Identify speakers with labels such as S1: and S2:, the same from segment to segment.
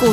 S1: 股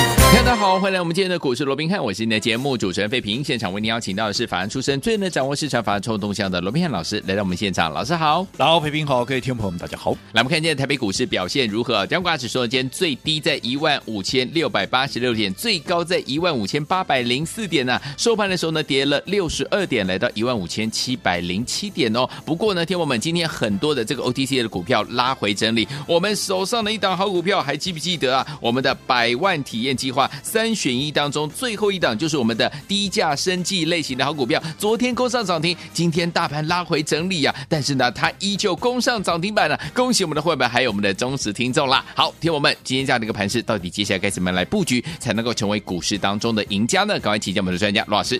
S2: 大家好，欢迎来我们今天的股市罗宾汉，我是你的节目主持人费平。现场为您邀请到的是法案出身、最能掌握市场法案冲动向的罗宾汉老师，来到我们现场。老师好，
S3: 然后，培平好，各位听众朋友们，大家好。
S2: 来我们看今天台北股市表现如何？加挂指数呢今天最低在一万五千六百八十六点，最高在一万五千八百零四点呢、收盘的时候呢，跌了六十二点，来到一万五千七百零七点哦。不过呢，天王们今天很多的这个 OTC 的股票拉回整理，我们手上的一档好股票还记不记得啊？我们的百万体验计划三选一当中最后一档就是我们的低价生计类型的好股票，昨天攻上涨停，今天大盘拉回整理啊，但是呢，它依旧攻上涨停板了、恭喜我们的会员还有我们的忠实听众啦！好，听我们今天这样的一个盘势，到底接下来该怎么样来布局，才能够成为股市当中的赢家呢？赶快请教我们的专家罗老师。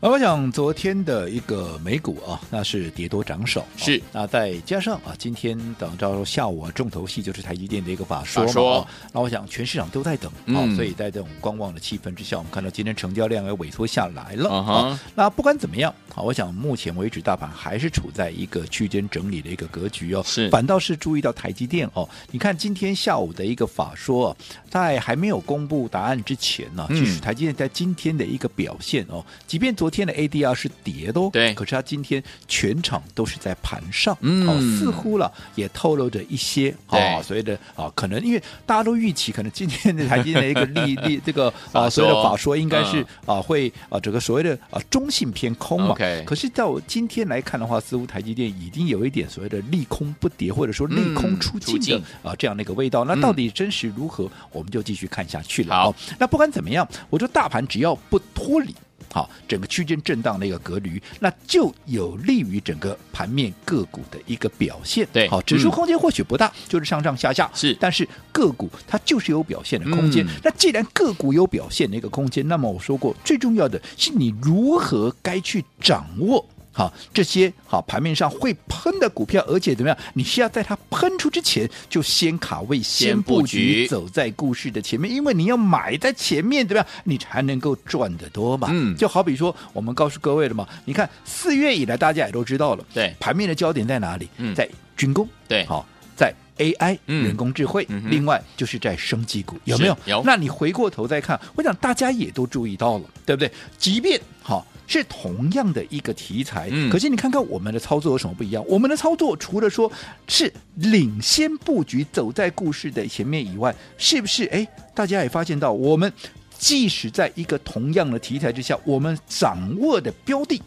S3: 呃，我想昨天的一个美股啊，那是跌多涨少，
S2: 是
S3: 啊那再加上啊，今天等到下午啊，重头戏就是台积电的一个法说
S2: 法
S3: 嘛，
S2: 说
S3: 哦那我想全市场都在等，啊
S2: 嗯，
S3: 所以在这种观望的气氛之下，我们看到今天成交量也萎缩下来了，
S2: 嗯哼
S3: 啊，那不管怎么样，好，我想目前为止大盘还是处在一个区间整理的一个格局哦，
S2: 是
S3: 反倒是注意到台积电哦，你看今天下午的一个法说、啊，在还没有公布答案之前呢、
S2: 嗯
S3: 其实台积电在今天的一个表现哦，即便昨天的 ADR 是跌的、哦，
S2: 对
S3: 可是它今天全场都是在盘上，
S2: 嗯
S3: 哦，似乎了也透露着一些
S2: 对
S3: 哦，所谓的啊、可能因为大家都预期，可能今天的台积电的一个 利利这个
S2: 法
S3: 啊，所谓的
S2: 说
S3: 法说应该是
S2: 嗯
S3: 啊、会啊、整个所谓的啊中性偏空嘛
S2: OK
S3: 可是到今天来看的话，似乎台积电已经有一点所谓的利空不跌，或者说利空
S2: 嗯
S3: 出
S2: 出
S3: 尽
S2: 尽
S3: 的啊、这样的一个味道。那
S2: 嗯
S3: 到底真实如何，我们就继续看下去了。
S2: 好
S3: 哦，那不管怎么样，我觉得大盘只要不脱离。好，整个区间震荡的一个格局，那就有利于整个盘面个股的一个表现。
S2: 对
S3: 好，指数
S2: 嗯
S3: 空间或许不大，就是上上下下。
S2: 是
S3: 但是个股它就是有表现的空间。
S2: 嗯
S3: 那既然个股有表现的一个空间，那么我说过，最重要的是你如何该去掌握。好，这些好盘面上会喷的股票，而且怎么样？你需要在它喷出之前就先卡位、先
S2: 布
S3: 布
S2: 局
S3: 局，走在故事的前面，因为你要买在前面，怎么样？你才能够赚得多嘛。
S2: 嗯
S3: 就好比说，我们告诉各位了嘛，你看四月以来，大家也都知道了，
S2: 对
S3: 盘面的焦点在哪里？
S2: 嗯
S3: 在军工，
S2: 对
S3: 好，在 AI、
S2: 嗯
S3: 人工智慧，
S2: 嗯哼
S3: 另外就是在生技股，有没有？
S2: 是有
S3: 那你回过头再看，我想大家也都注意到了，对不对？即便好。是同样的一个题材，
S2: 嗯
S3: 可是你看看我们的操作有什么不一样？我们的操作除了说是领先布局，走在故事的前面以外，是不是？哎，大家也发现到，我们即使在一个同样的题材之下，我们掌握的标的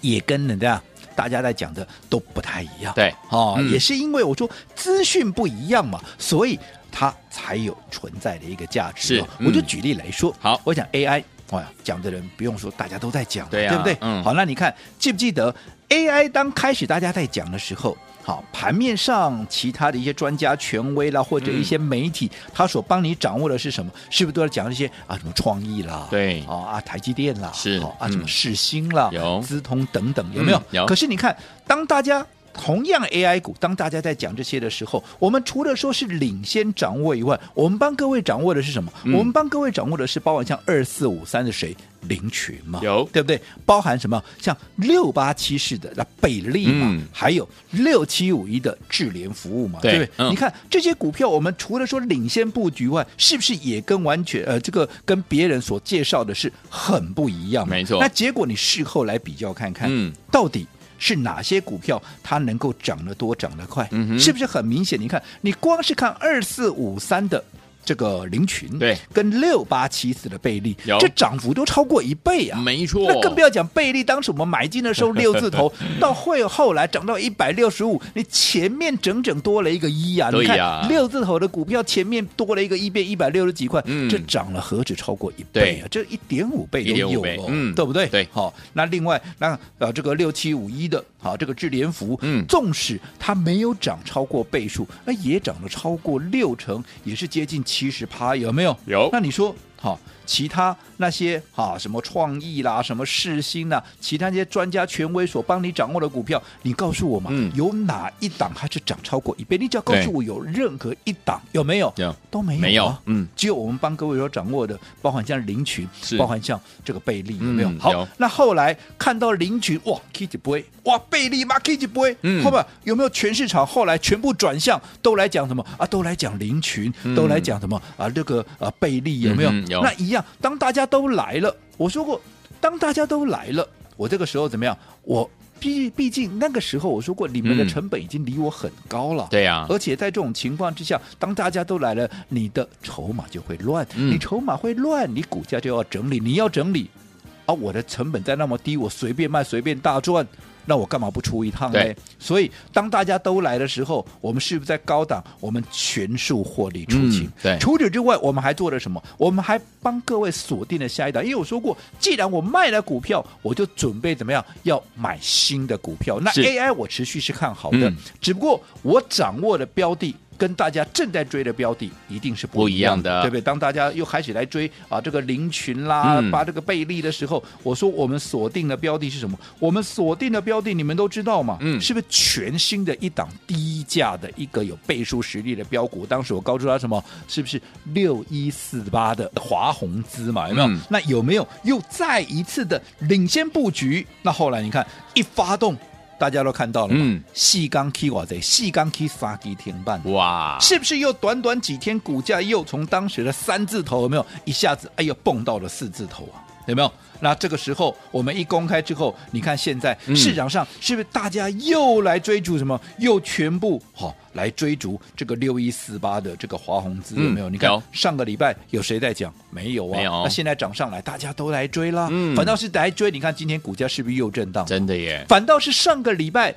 S3: 也跟人家大家在讲的都不太一样。
S2: 对
S3: 哦，
S2: 嗯
S3: 也是因为我说资讯不一样嘛，所以它才有存在的一个价值、哦。
S2: 是
S3: 我就
S2: 嗯
S3: 举例来说，
S2: 好
S3: 我讲 AI，哇、讲的人不用说，大家都在讲嘛，
S2: 对啊
S3: 不对？
S2: 嗯
S3: 好，那你看记不记得 AI 当开始大家在讲的时候？好，盘面上其他的一些专家、权威啦，或者一些媒体，
S2: 嗯
S3: 他所帮你掌握的是什么？是不是都在讲这些啊？什么创意啦，
S2: 对
S3: 哦啊，台积电啦，
S2: 是
S3: 哦啊，什么
S2: 嗯
S3: 世新啦，
S2: 有
S3: 资通等等，有没有
S2: 嗯？有
S3: 可是你看，当大家同样 AI 股，当大家在讲这些的时候，我们除了说是领先掌握以外，我们帮各位掌握的是什么？
S2: 嗯
S3: 我们帮各位掌握的是包含像二四五三的谁？林群嘛，
S2: 有
S3: 对不对？包含什么？像六八七四的那北利嘛，
S2: 嗯
S3: 还有六七五一的智联服务嘛，
S2: 对
S3: 不对？
S2: 嗯
S3: 你看这些股票，我们除了说领先布局外，是不是也跟完全呃这个跟别人所介绍的是很不一样嘛？
S2: 没错
S3: 那结果你事后来比较看看，
S2: 嗯
S3: 到底是哪些股票它能够涨得多、涨得快？
S2: 嗯哼
S3: 是不是很明显？你看，你光是看二四五三的。这个林群
S2: 对
S3: 跟六八七四的贝利
S2: 有，
S3: 这涨幅都超过一倍啊！
S2: 没错
S3: 那更不要讲贝利，当时我们买进 的时候六字头，到会后来涨到一百六十五，你前面整整多了一个一啊！
S2: 对
S3: 你看
S2: 呀
S3: 六字头的股票前面多了一个一，变一百六十几块，
S2: 嗯
S3: 这涨了何止超过一倍啊？这一点五倍都
S2: 1.5
S3: 有
S2: 倍
S3: 哦，
S2: 嗯
S3: 对不对？
S2: 对
S3: 好，那另外那呃这个六七五一的，好这个智联福，
S2: 嗯
S3: 纵使它没有涨超过倍数，那也涨了超过六成，也是接近七十趴，有没有？
S2: 有
S3: 那你说好、其他那些啊什么创意啦、什么世新啦，其他那些专家权威所帮你掌握的股票，你告诉我嘛，
S2: 嗯
S3: 有哪一档它是涨超过一倍？你只要告
S2: 对
S3: 诉我有任何一档有没有
S2: 有，
S3: 都没有、啊，
S2: 没有嗯，
S3: 只有我们帮各位所掌握的，包含像林群
S2: 是，
S3: 包含像这个贝利，有没有？
S2: 嗯有
S3: 好，那后来看到林群，哇，K 几波，哇，贝利嘛，K 几波，
S2: 嗯
S3: 后面有没有全市场后来全部转向都来讲什么啊？都来讲林群，
S2: 嗯
S3: 都来讲什么啊？这个啊，贝利有没有？
S2: 嗯哼有
S3: 那一样，当大家都来了，我说过，当大家都来了，我这个时候怎么样？我。毕毕竟那个时候我说过，你们的
S2: 嗯
S3: 成本已经离我很高了，
S2: 对啊呀，
S3: 而且在这种情况之下，当大家都来了，你的筹码就会乱，
S2: 嗯
S3: 你筹码会乱，你股价就要整理，你要整理啊！我的成本在那么低，我随便卖随便大赚。那我干嘛不出一趟呢
S2: 对？
S3: 所以当大家都来的时候，我们是不是在高档？我们全数获利出清。
S2: 嗯对
S3: 除此之外，我们还做了什么？我们还帮各位锁定了下一档，因为我说过，既然我卖了股票，我就准备怎么样？要买新的股票。那
S2: 是
S3: AI 我持续是看好的，
S2: 嗯
S3: 只不过我掌握的标的。跟大家正在追的标的一定是不一样
S2: 不一样的
S3: 对不对？当大家又开始来追啊这个林群啦，
S2: 嗯
S3: 把这个贝利的时候，我说我们锁定的标的是什么？我们锁定的标的你们都知道嘛？
S2: 嗯
S3: 是不是全新的一档低价的一个有倍数实力的标股？当时我告诉他什么？是不是六一四八的华宏资嘛？有没有？
S2: 嗯
S3: 那有没有又再一次的领先布局？那后来你看一发动，大家都看到了嘛，
S2: 嗯
S3: 细钢 K 瓦贼，细钢 K 杀鸡停半。
S2: 哇，
S3: 呃是不是又短短几天，股价又从当时的三字头有没有一下子哎呦蹦到了四字头啊？有没有？那这个时候我们一公开之后，你看现在
S2: 嗯
S3: 市场上是不是大家又来追逐什么？又全部好、来追逐这个六一四八的这个华宏资有没有？
S2: 嗯
S3: 你看
S2: 有
S3: 上个礼拜有谁在讲？没有啊。
S2: 没有
S3: 那现在涨上来，大家都来追啦。
S2: 嗯
S3: 反倒是来追，你看今天股价是不是又震荡？
S2: 真的耶，
S3: 反倒是上个礼拜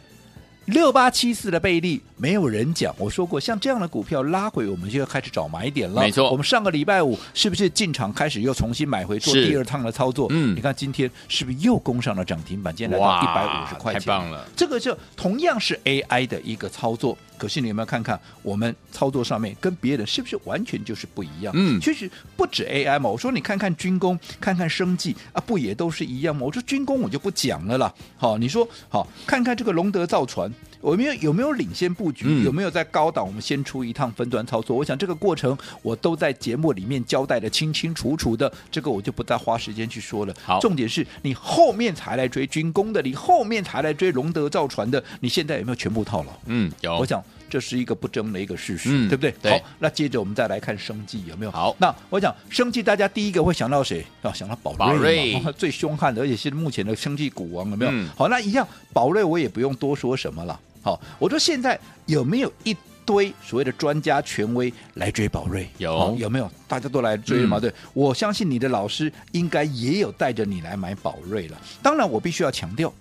S3: 六八七四的贝利，没有人讲。我说过，像这样的股票拉回，我们就要开始找买点了。
S2: 没错
S3: 我们上个礼拜五是不是进场开始又重新买回做
S2: 是
S3: 第二趟的操作？
S2: 嗯
S3: 你看今天是不是又攻上了涨停板？今天来到一百
S2: 哇
S3: 五十块
S2: 太
S3: 钱，
S2: 棒了，
S3: 这个就同样是 AI 的一个操作，可是你有没有看看我们操作上面跟别人是不是完全就是不一样？
S2: 嗯
S3: 其实不止 AI 嘛，我说你看看军工，看看生技啊，不也都是一样吗？我说军工我就不讲了啦。好，你说好，看看这个龙德造船，我们有有没有领先布局？
S2: 嗯
S3: 有没有在高档我们先出一趟分段操作？我想这个过程我都在节目里面交代的清清楚楚的，这个我就不再花时间去说了。
S2: 好
S3: 重点是你后面才来追军工的，你后面才来追龙德造船的，你现在有没有全部套牢？
S2: 嗯，有，
S3: 我想这是一个不争的一个事实，
S2: 嗯
S3: 对不对？
S2: 对
S3: 好，那接着我们再来看生计有没有？
S2: 好
S3: 那我想生计大家第一个会想到谁？啊，想到宝瑞嘛，
S2: 宝瑞
S3: 哇 最凶悍的，而且是目前的生计股王，有没有？
S2: 嗯
S3: 好，那一样宝瑞我也不用多说什么了。好，我说现在有没有一堆所谓的专家权威来追宝瑞？
S2: 有
S3: 好有没有？大家都来追了嘛？
S2: 嗯
S3: 对，我相信你的老师应该也有带着你来买宝瑞了。当然，我必须要强调，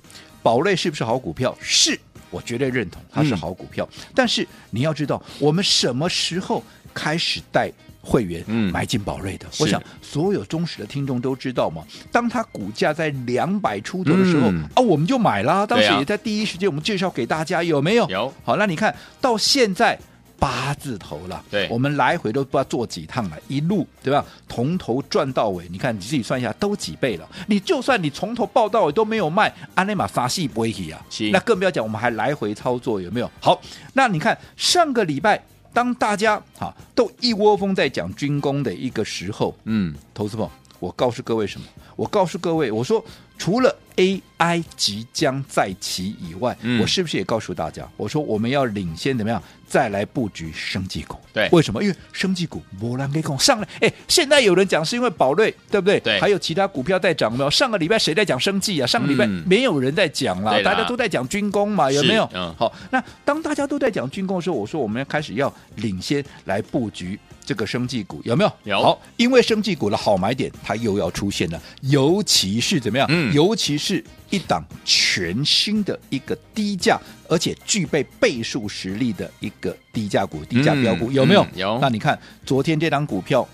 S3: 宝瑞是不是好股票？是。我绝对认同它是
S2: 嗯
S3: 好股票，但是你要知道，我们什么时候开始带会员
S2: 嗯
S3: 买进宝瑞的？
S2: 是
S3: 我想所有忠实的听众都知道嘛，当它股价在两百出头的时候、
S2: 嗯
S3: 啊，我们就买啦。当时
S2: 对啊
S3: 也在第一时间我们介绍给大家，有没有？
S2: 有
S3: 好，那你看到现在八字头了，
S2: 对
S3: 我们来回都不知道做几趟了，一路对吧？从头赚到尾，你看你自己算一下，都几倍了。你就算你从头报到尾都没有卖，安内玛发系不会起啊
S2: 是，
S3: 那更不要讲我们还来回操作，有没有？好，那你看上个礼拜。当大家哈、都一窝蜂在讲军工的一个时候，
S2: 嗯，
S3: 投资朋友，我告诉各位什么？我告诉各位，我说除了 AI 即将再起以外，
S2: 嗯
S3: 我是不是也告诉大家，我说我们要领先怎么样，再来布局生技股？
S2: 对
S3: 为什么？因为生技股波浪给拱上来，哎，现在有人讲是因为宝瑞，对不对？
S2: 对
S3: 还有其他股票在涨有没有？上个礼拜谁在讲生技啊？上个礼拜
S2: 嗯
S3: 没有人在讲啦，
S2: 对啦
S3: 大家都在讲军工嘛，有没有
S2: 是？嗯
S3: 好，那当大家都在讲军工的时候，我说我们要开始要领先来布局这个生技股，有没有？
S2: 有
S3: 好，因为生技股的好买点，它又要出现了，尤其是怎么样？
S2: 嗯
S3: 尤其是一档全新的一个低价，而且具备倍数实力的一个低价股、低价标股，
S2: 嗯
S3: 有没有？
S2: 嗯有
S3: 那你看昨天这档股票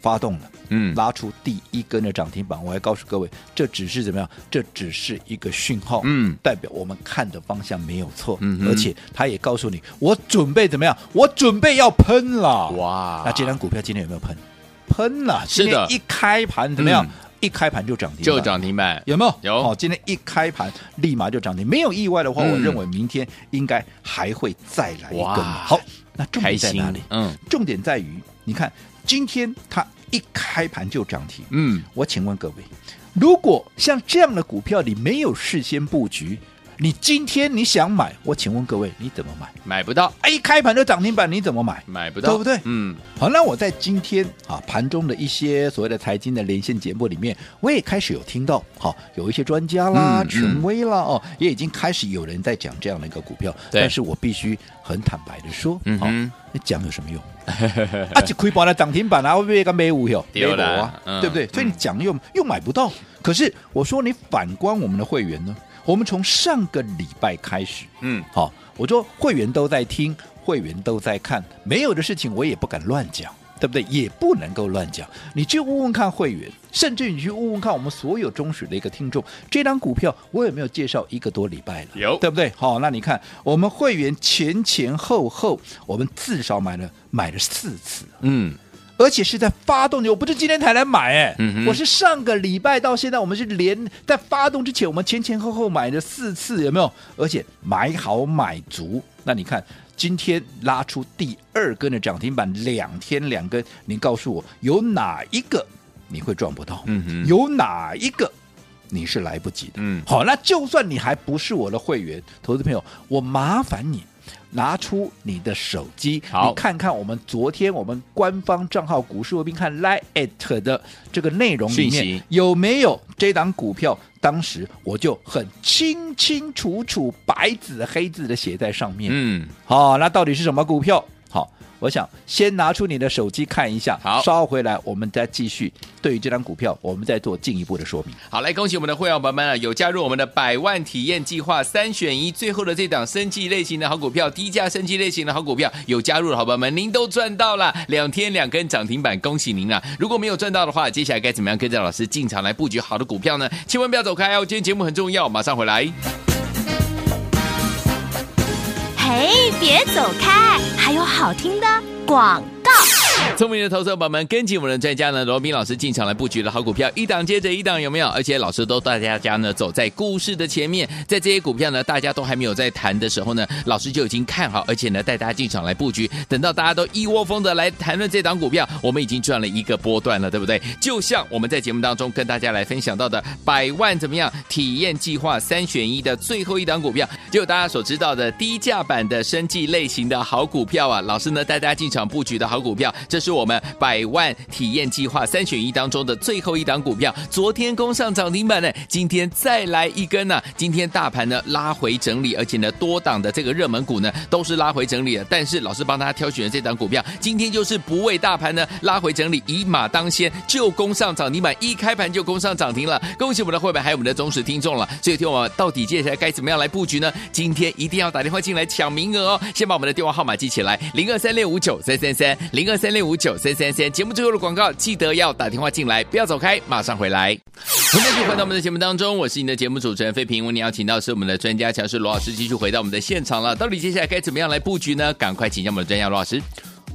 S3: 发动了。
S2: 嗯，
S3: 拉出第一根的涨停板，我还告诉各位，这只是怎么样？这只是一个讯号，
S2: 嗯
S3: 代表我们看的方向没有错，
S2: 嗯哼
S3: 而且他也告诉你，我准备怎么样？我准备要喷了，
S2: 哇
S3: 那这张股票今天有没有喷？喷了，
S2: 啊是的
S3: 今天一开盘怎么样？
S2: 嗯
S3: 一开盘就涨停了，
S2: 就涨停板，
S3: 有没有？
S2: 有
S3: 哦，今天一开盘立马就涨停，没有意外的话，
S2: 嗯
S3: 我认为明天应该还会再来一根。
S2: 哇
S3: 好，那重
S2: 开
S3: 点在
S2: 心
S3: 哪里？
S2: 嗯
S3: 重点在于，你看今天它一开盘就涨停，
S2: 嗯，
S3: 我请问各位，如果像这样的股票你没有事先布局，你今天你想买，我请问各位你怎么买？
S2: 买不到，
S3: 哎，一开盘就涨停板，你怎么买？
S2: 买不到，
S3: 对不对
S2: 嗯，
S3: 好，那我在今天啊盘中的一些所谓的财经的连线节目里面，我也开始有听到，好有一些专家啦、
S2: 嗯
S3: 权威啦哦，也已经开始有人在讲这样的一个股票，
S2: 对
S3: 但是我必须很坦白的说，
S2: 嗯
S3: 好
S2: 哼，
S3: 那讲有什 么用？啊，就亏把了涨停板啊，会不会个没无有？没
S2: 对啦
S3: 有啊，
S2: 嗯
S3: 对不对？所以你讲又又买不到，可是我说你反观我们的会员呢，我们从上个礼拜开始，
S2: 嗯，
S3: 好，我说会员都在听，会员都在看，没有的事情我也不敢乱讲。对不对？也不能够乱讲。你去问问看会员，甚至你去问问看我们所有忠实的一个听众，这张股票我有没有介绍一个多礼拜了？
S2: 有
S3: 对不对？好，那你看我们会员前前后后，我们至少买了买了四次，
S2: 嗯，
S3: 而且是在发动的，我不是今天才来买哎、
S2: 嗯哼
S3: 我是上个礼拜到现在，我们是连在发动之前，我们前前后后买了四次，有没有？而且买好买足，那你看今天拉出第二根的涨停板，两天两根，你告诉我有哪一个你会赚不到？
S2: 嗯哼
S3: 有哪一个你是来不及的？
S2: 嗯
S3: 好，那就算你还不是我的会员，投资朋友，我麻烦你。拿出你的手机，
S2: 好
S3: 你看看我们昨天我们官方账号股市罗宾看 Line at 的这个内容
S2: 讯
S3: 里
S2: 息
S3: 面有没有这档股票？当时我就很清清楚楚、白纸黑字的写在上面。
S2: 嗯，
S3: 好，那到底是什么股票？好，我想先拿出你的手机看一下，
S2: 好
S3: 稍回来我们再继续对于这张股票，我们再做进一步的说明。
S2: 好，来恭喜我们的会员朋友们啊，有加入我们的百万体验计划三选一，最后的这档升级类型的好股票，低价升级类型的好股票，有加入的好朋友们，您都赚到了，两天两根涨停板，恭喜您啊！如果没有赚到的话，接下来该怎么样跟着老师进场来布局好的股票呢？千万不要走开哦，今天节目很重要，马上回来。
S1: 嘿，别走开，还有好听的广告。
S2: 聪明的投资者朋友们，跟紧我们的专家呢，罗斌老师进场来布局的好股票，一档接着一档，有没有？而且老师都带大家呢走在故事的前面，在这些股票呢，大家都还没有在谈的时候呢，老师就已经看好，而且呢带大家进场来布局。等到大家都一窝蜂的来谈论这档股票，我们已经赚了一个波段了，对不对？就像我们在节目当中跟大家来分享到的百万怎么样体验计划三选一的最后一档股票，就有大家所知道的低价版的生计类型的好股票啊，老师呢带大家进场布局的好股票，这是我们百万体验计划三选一当中的最后一档股票，昨天攻上涨停板呢，今天再来一根呢、今天大盘呢拉回整理，而且呢多档的这个热门股呢都是拉回整理的，但是老师帮大家挑选的这档股票，今天就是不为大盘呢拉回整理，以马当先就攻上涨停板，一开盘就攻上涨停了，恭喜我们的会员还有我们的忠实听众了。所以听我们到底接下来该怎么样来布局呢？今天一定要打电话进来抢名额哦，先把我们的电话号码记起来，零二三六五九三三三，零二三六五九三三三。节目最后的广告记得要打电话进来，不要走开，马上回来。欢迎继续回到我们的节目当中，我是你的节目主持人费平。为你邀请到是我们的专家强势罗老师，继续回到我们的现场了。到底接下来该怎么样来布局呢？赶快请教我们的专家罗老师。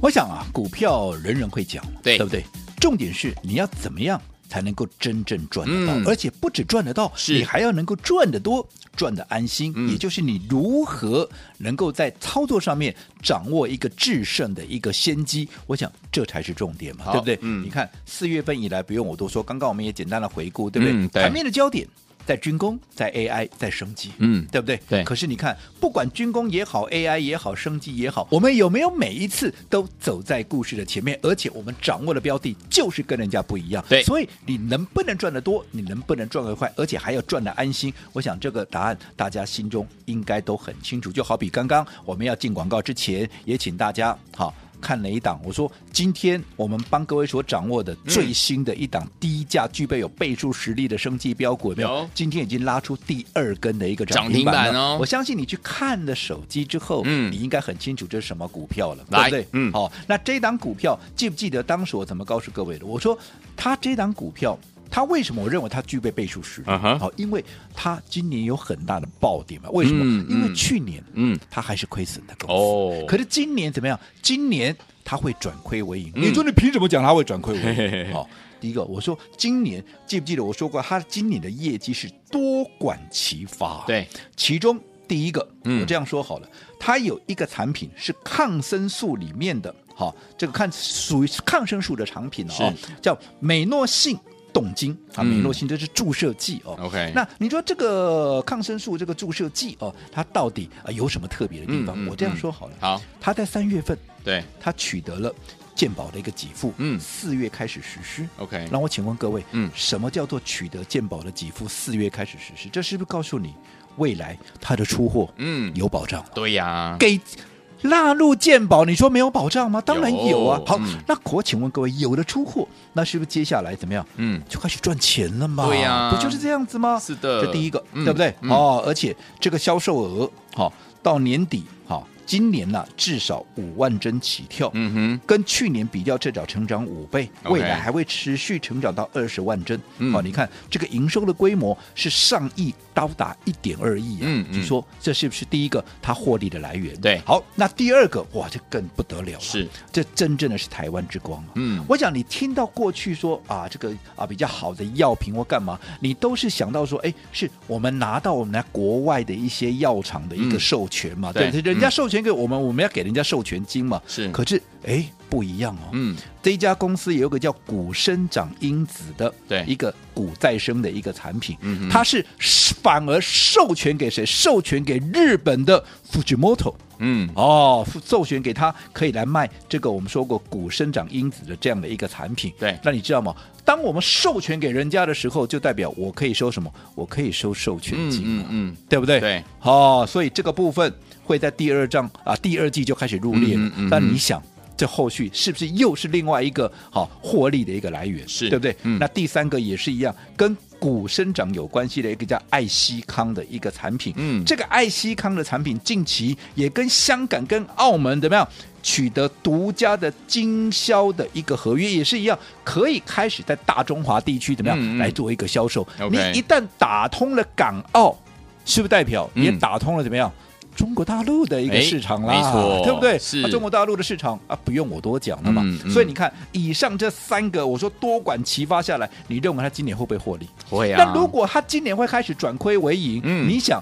S3: 我想啊，股票人人会讲嘛，
S2: 对
S3: 对不对？重点是你要怎么样才能够真正赚得到，
S2: 嗯
S3: 而且不止赚得到，
S2: 是
S3: 你还要能够赚得多、赚得安心。
S2: 嗯
S3: 也就是你如何能够在操作上面掌握一个制胜的一个先机，我想这才是重点嘛，
S2: 好
S3: 对不对？
S2: 嗯
S3: 你看四月份以来，不用我多说，刚刚我们也简单的回顾，对不对？
S2: 嗯对
S3: 盘面的焦点。在军工，在 AI，在升级，
S2: 嗯
S3: 对不对？
S2: 对
S3: 可是你看，不管军工也好，AI 也好，升级也好，我们有没有每一次都走在故事的前面，而且我们掌握的标的就是跟人家不一样。
S2: 对
S3: 所以你能不能赚得多，你能不能赚得快，而且还要赚得安心？我想这个答案大家心中应该都很清楚。就好比刚刚我们要进广告之前，也请大家好。看了一档，我说今天我们帮各位所掌握的最新的一档低价、具备有倍数实力的生技标股，有没
S2: 有
S3: 有？今天已经拉出第二根的一个涨
S2: 涨
S3: 停
S2: 停
S3: 板
S2: 板
S3: 了
S2: 哦
S3: 我相信你去看了手机之后，
S2: 嗯
S3: 你应该很清楚这是什么股票了，对
S2: 来
S3: 不对？
S2: 嗯
S3: 好、那这档股票记不记得当时我怎么告诉各位的？我说它这档股票它为什么我认为它具备倍数实力？
S2: 嗯哼
S3: 好，因为它今年有很大的爆点嘛。为什么？
S2: 嗯
S3: 因为
S2: 嗯
S3: 去年
S2: 嗯
S3: 它还是亏损的公司。
S2: 哦
S3: 可是今年怎么样？今年它会转亏为盈。
S2: 嗯
S3: 你说你凭什么讲它会转亏为
S2: 嘿嘿嘿
S3: 盈？好、第一个我说今年记不记得我说过，它今年的业绩是多管齐发。
S2: 对，
S3: 其中第一个，
S2: 嗯
S3: 我这样说好了，它有一个产品是抗生素里面的，好、这个看属于抗生素的产品哦，叫美诺性。冻精啊，
S2: 嗯
S3: 美诺性这是注射剂哦。
S2: OK
S3: 那你说这个抗生素这个注射剂哦，它到底啊、呃有什么特别的地方？
S2: 嗯嗯
S3: 我这样说好了，
S2: 嗯好，
S3: 它在三月份
S2: 对
S3: 它取得了健保的一个给付，
S2: 嗯
S3: 四月开始实施。
S2: ，OK，
S3: 让我请问各位，
S2: 嗯
S3: 什么叫做取得健保的给付？四月开始实施，这是不是告诉你未来它的出货
S2: 嗯，
S3: 有保障？
S2: 对呀，
S3: 给纳入健保，你说没有保障吗？当然有啊
S2: 有。
S3: 好
S2: 嗯，
S3: 那我请问各位，有了出货，那是不是接下来怎么样？
S2: 嗯，
S3: 就开始赚钱了嘛？
S2: 对呀
S3: 不就是这样子吗？
S2: 是的
S3: 这第一个，
S2: 嗯
S3: 对不对？
S2: 嗯
S3: 哦，而且这个销售额，好、到年底，好、今年呢、至少五万针起跳，
S2: 嗯哼，
S3: 跟去年比较，至少成长五倍，
S2: OK
S3: 未来还会持续成长到二十万针。好、
S2: 嗯
S3: 你看这个营收的规模是上亿，高达一点二亿啊！
S2: 嗯嗯
S3: 你说这是不是第一个它获利的来源？
S2: 对
S3: 好，那第二个，哇，这更不得了了，啊
S2: 是
S3: 这真正的是台湾之光啊！
S2: 嗯
S3: 我想你听到过去说啊，这个啊比较好的药品或干嘛，你都是想到说，哎，是我们拿到我们来国外的一些药厂的一
S2: 嗯
S3: 个授权嘛，
S2: 对
S3: 对不对？人家
S2: 嗯
S3: 授权给我们，我们要给人家授权金嘛。
S2: 是
S3: 可是哎不一样哦，
S2: 嗯，
S3: 这一家公司有一个叫股生长因子的，
S2: 对
S3: 一个股再生的一个产品，
S2: 嗯哼
S3: 它是反而授权给谁？授权给日本的 Fujimoto。
S2: 嗯，
S3: 哦，授权给他可以来卖这个我们说过股生长因子的这样的一个产品。
S2: 对
S3: 那你知道吗？当我们授权给人家的时候，就代表我可以收什么？我可以收授权
S2: 嗯
S3: 金、
S2: 嗯嗯，
S3: 对啊不对？
S2: 对，
S3: 哦，所以这个部分会在第二章啊，第二季就开始入列
S2: 嗯
S3: 了
S2: 嗯嗯。
S3: 那、你想，这后续是不是又是另外一个好、获利的一个来源？
S2: 是
S3: 对不对？
S2: 嗯
S3: 那第三个也是一样，跟股生长有关系的一个叫艾希康的一个产品。
S2: 嗯
S3: 这个艾希康的产品近期也跟香港、跟澳门怎么样？取得独家的经销的一个合约也是一样，可以开始在大中华地区怎么样、
S2: 嗯嗯
S3: 来做一个销售。
S2: OK
S3: 你一旦打通了港澳，是不是代表
S2: 嗯
S3: 也打通了怎么样？中国大陆的一个
S2: 哎
S3: 市场啦，
S2: 没错
S3: 对不对？
S2: 是
S3: 啊中国大陆的市场啊，不用我多讲了嘛。
S2: 嗯嗯
S3: 所以你看，以上这三个，我说多管齐发下来，你认为它今年会不会获利？
S2: 会啊。
S3: 那如果它今年会开始转亏为盈，
S2: 嗯
S3: 你想，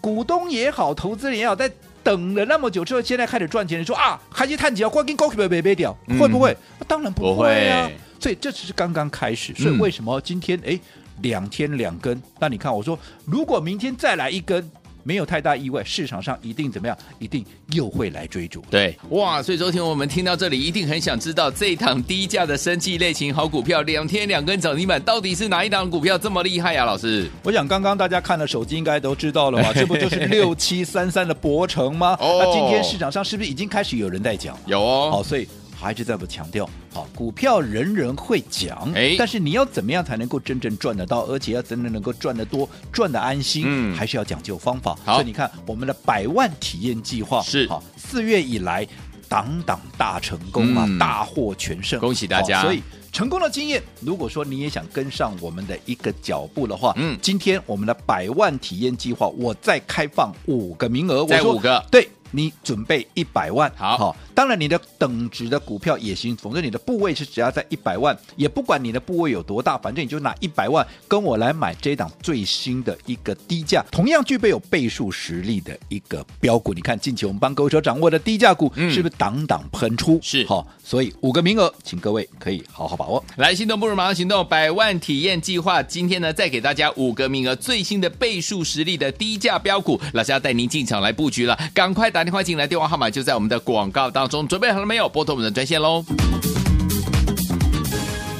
S3: 股东也好，投资人也好，在等了那么久之后，现在开始赚钱，你说啊，还去探底啊，光跟高股票被被掉，
S2: 嗯
S3: 会不会？啊当然不会啊
S2: 不会。嗯
S3: 所以这只是刚刚开始，所以为什么今天哎、两天两根？那你看我说，如果明天再来一根。没有太大意外，市场上一定怎么样？一定又会来追逐。
S2: 对，哇！所以昨天我们听到这里，一定很想知道这一档低价的生技类型好股票，两天两根涨停板，到底是哪一档股票这么厉害啊呀、老师，
S3: 我想刚刚大家看了手机应该都知 道了吧？这不就是六七三三的博成吗？
S2: 哦
S3: 那今天市场上是不是已经开始有人在讲？
S2: 有哦，
S3: 好，所以还是在不强调，好，股票人人会讲，
S2: 哎
S3: 但是你要怎么样才能够真正赚得到，而且要真正能够赚得多、赚得安心，
S2: 嗯
S3: 还是要讲究方法。
S2: 好
S3: 所以你看我们的百万体验计划
S2: 是
S3: 好，四月以来。档档大成功啊，
S2: 嗯
S3: 大获全胜，
S2: 恭喜大家
S3: 好所以成功的经验，如果说你也想跟上我们的一个脚步的话，
S2: 嗯
S3: 今天我们的百万体验计划，我再开放五个名额，我
S2: 再
S3: 说
S2: 五个
S3: 对你准备一百万，
S2: 好
S3: 当然你的等值的股票也行，总之你的部位是只要在一百万，也不管你的部位有多大，反正你就拿一百万跟我来买这一档最新的一个低价，同样具备有倍数实力的一个标股。你看近期我们帮各位所掌握的低价股，
S2: 嗯
S3: 是不是档档喷出？
S2: 是
S3: 好、所以五个名额，请各位可以好好把握。
S2: 来，心动不如马上行动！百万体验计划，今天呢，再给大家五个名额，最新的倍数实力的低价标股，老师要带您进场来布局了，赶快打电话进来，电话号码就在我们的广告当中，准备好了没有？拨通我们的专线喽！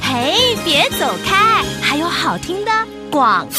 S1: 嘿，别走开，还有好听的广告。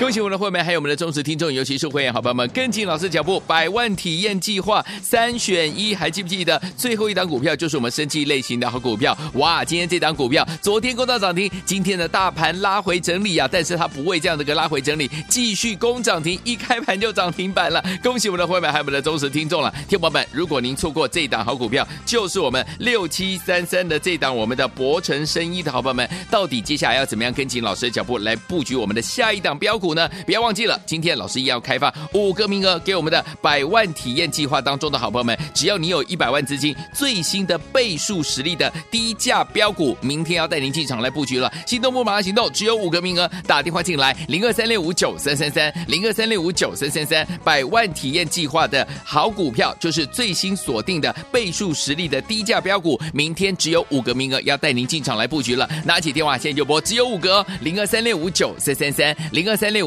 S2: 恭喜我们的会员，还有我们的忠实听众，尤其是会员好朋友们，跟进老师脚步，百万体验计划三选一，还记不记得最后一档股票就是我们生技类型的好股票？哇，今天这档股票昨天攻到涨停，今天的大盘拉回整理啊，但是它不为这样的一个拉回整理继续攻涨停，一开盘就涨停板了。恭喜我们的会员，还有我们的忠实听众了，听宝们，如果您错过这档好股票，就是我们六七三三的这档我们的博成生医的好朋友们，到底接下来要怎么样跟紧老师的脚步来布局我们的下一档标股呢？不要忘记了，今天老师也要开放五个名额给我们的百万体验计划当中的好朋友们，只要你有一百万资金，最新的倍数实力的低价标股，明天要带您进场来布局了。心动不马上行动，只有五个名额，打电话进来零二三六五九三三三零二三六五九三三三百万体验计划的好股票，就是最新锁定的倍数实力的低价标股，明天只有五个名额要带您进场来布局了。拿起电话现在就拨，只有五个哦零二三六五九三三三零二三六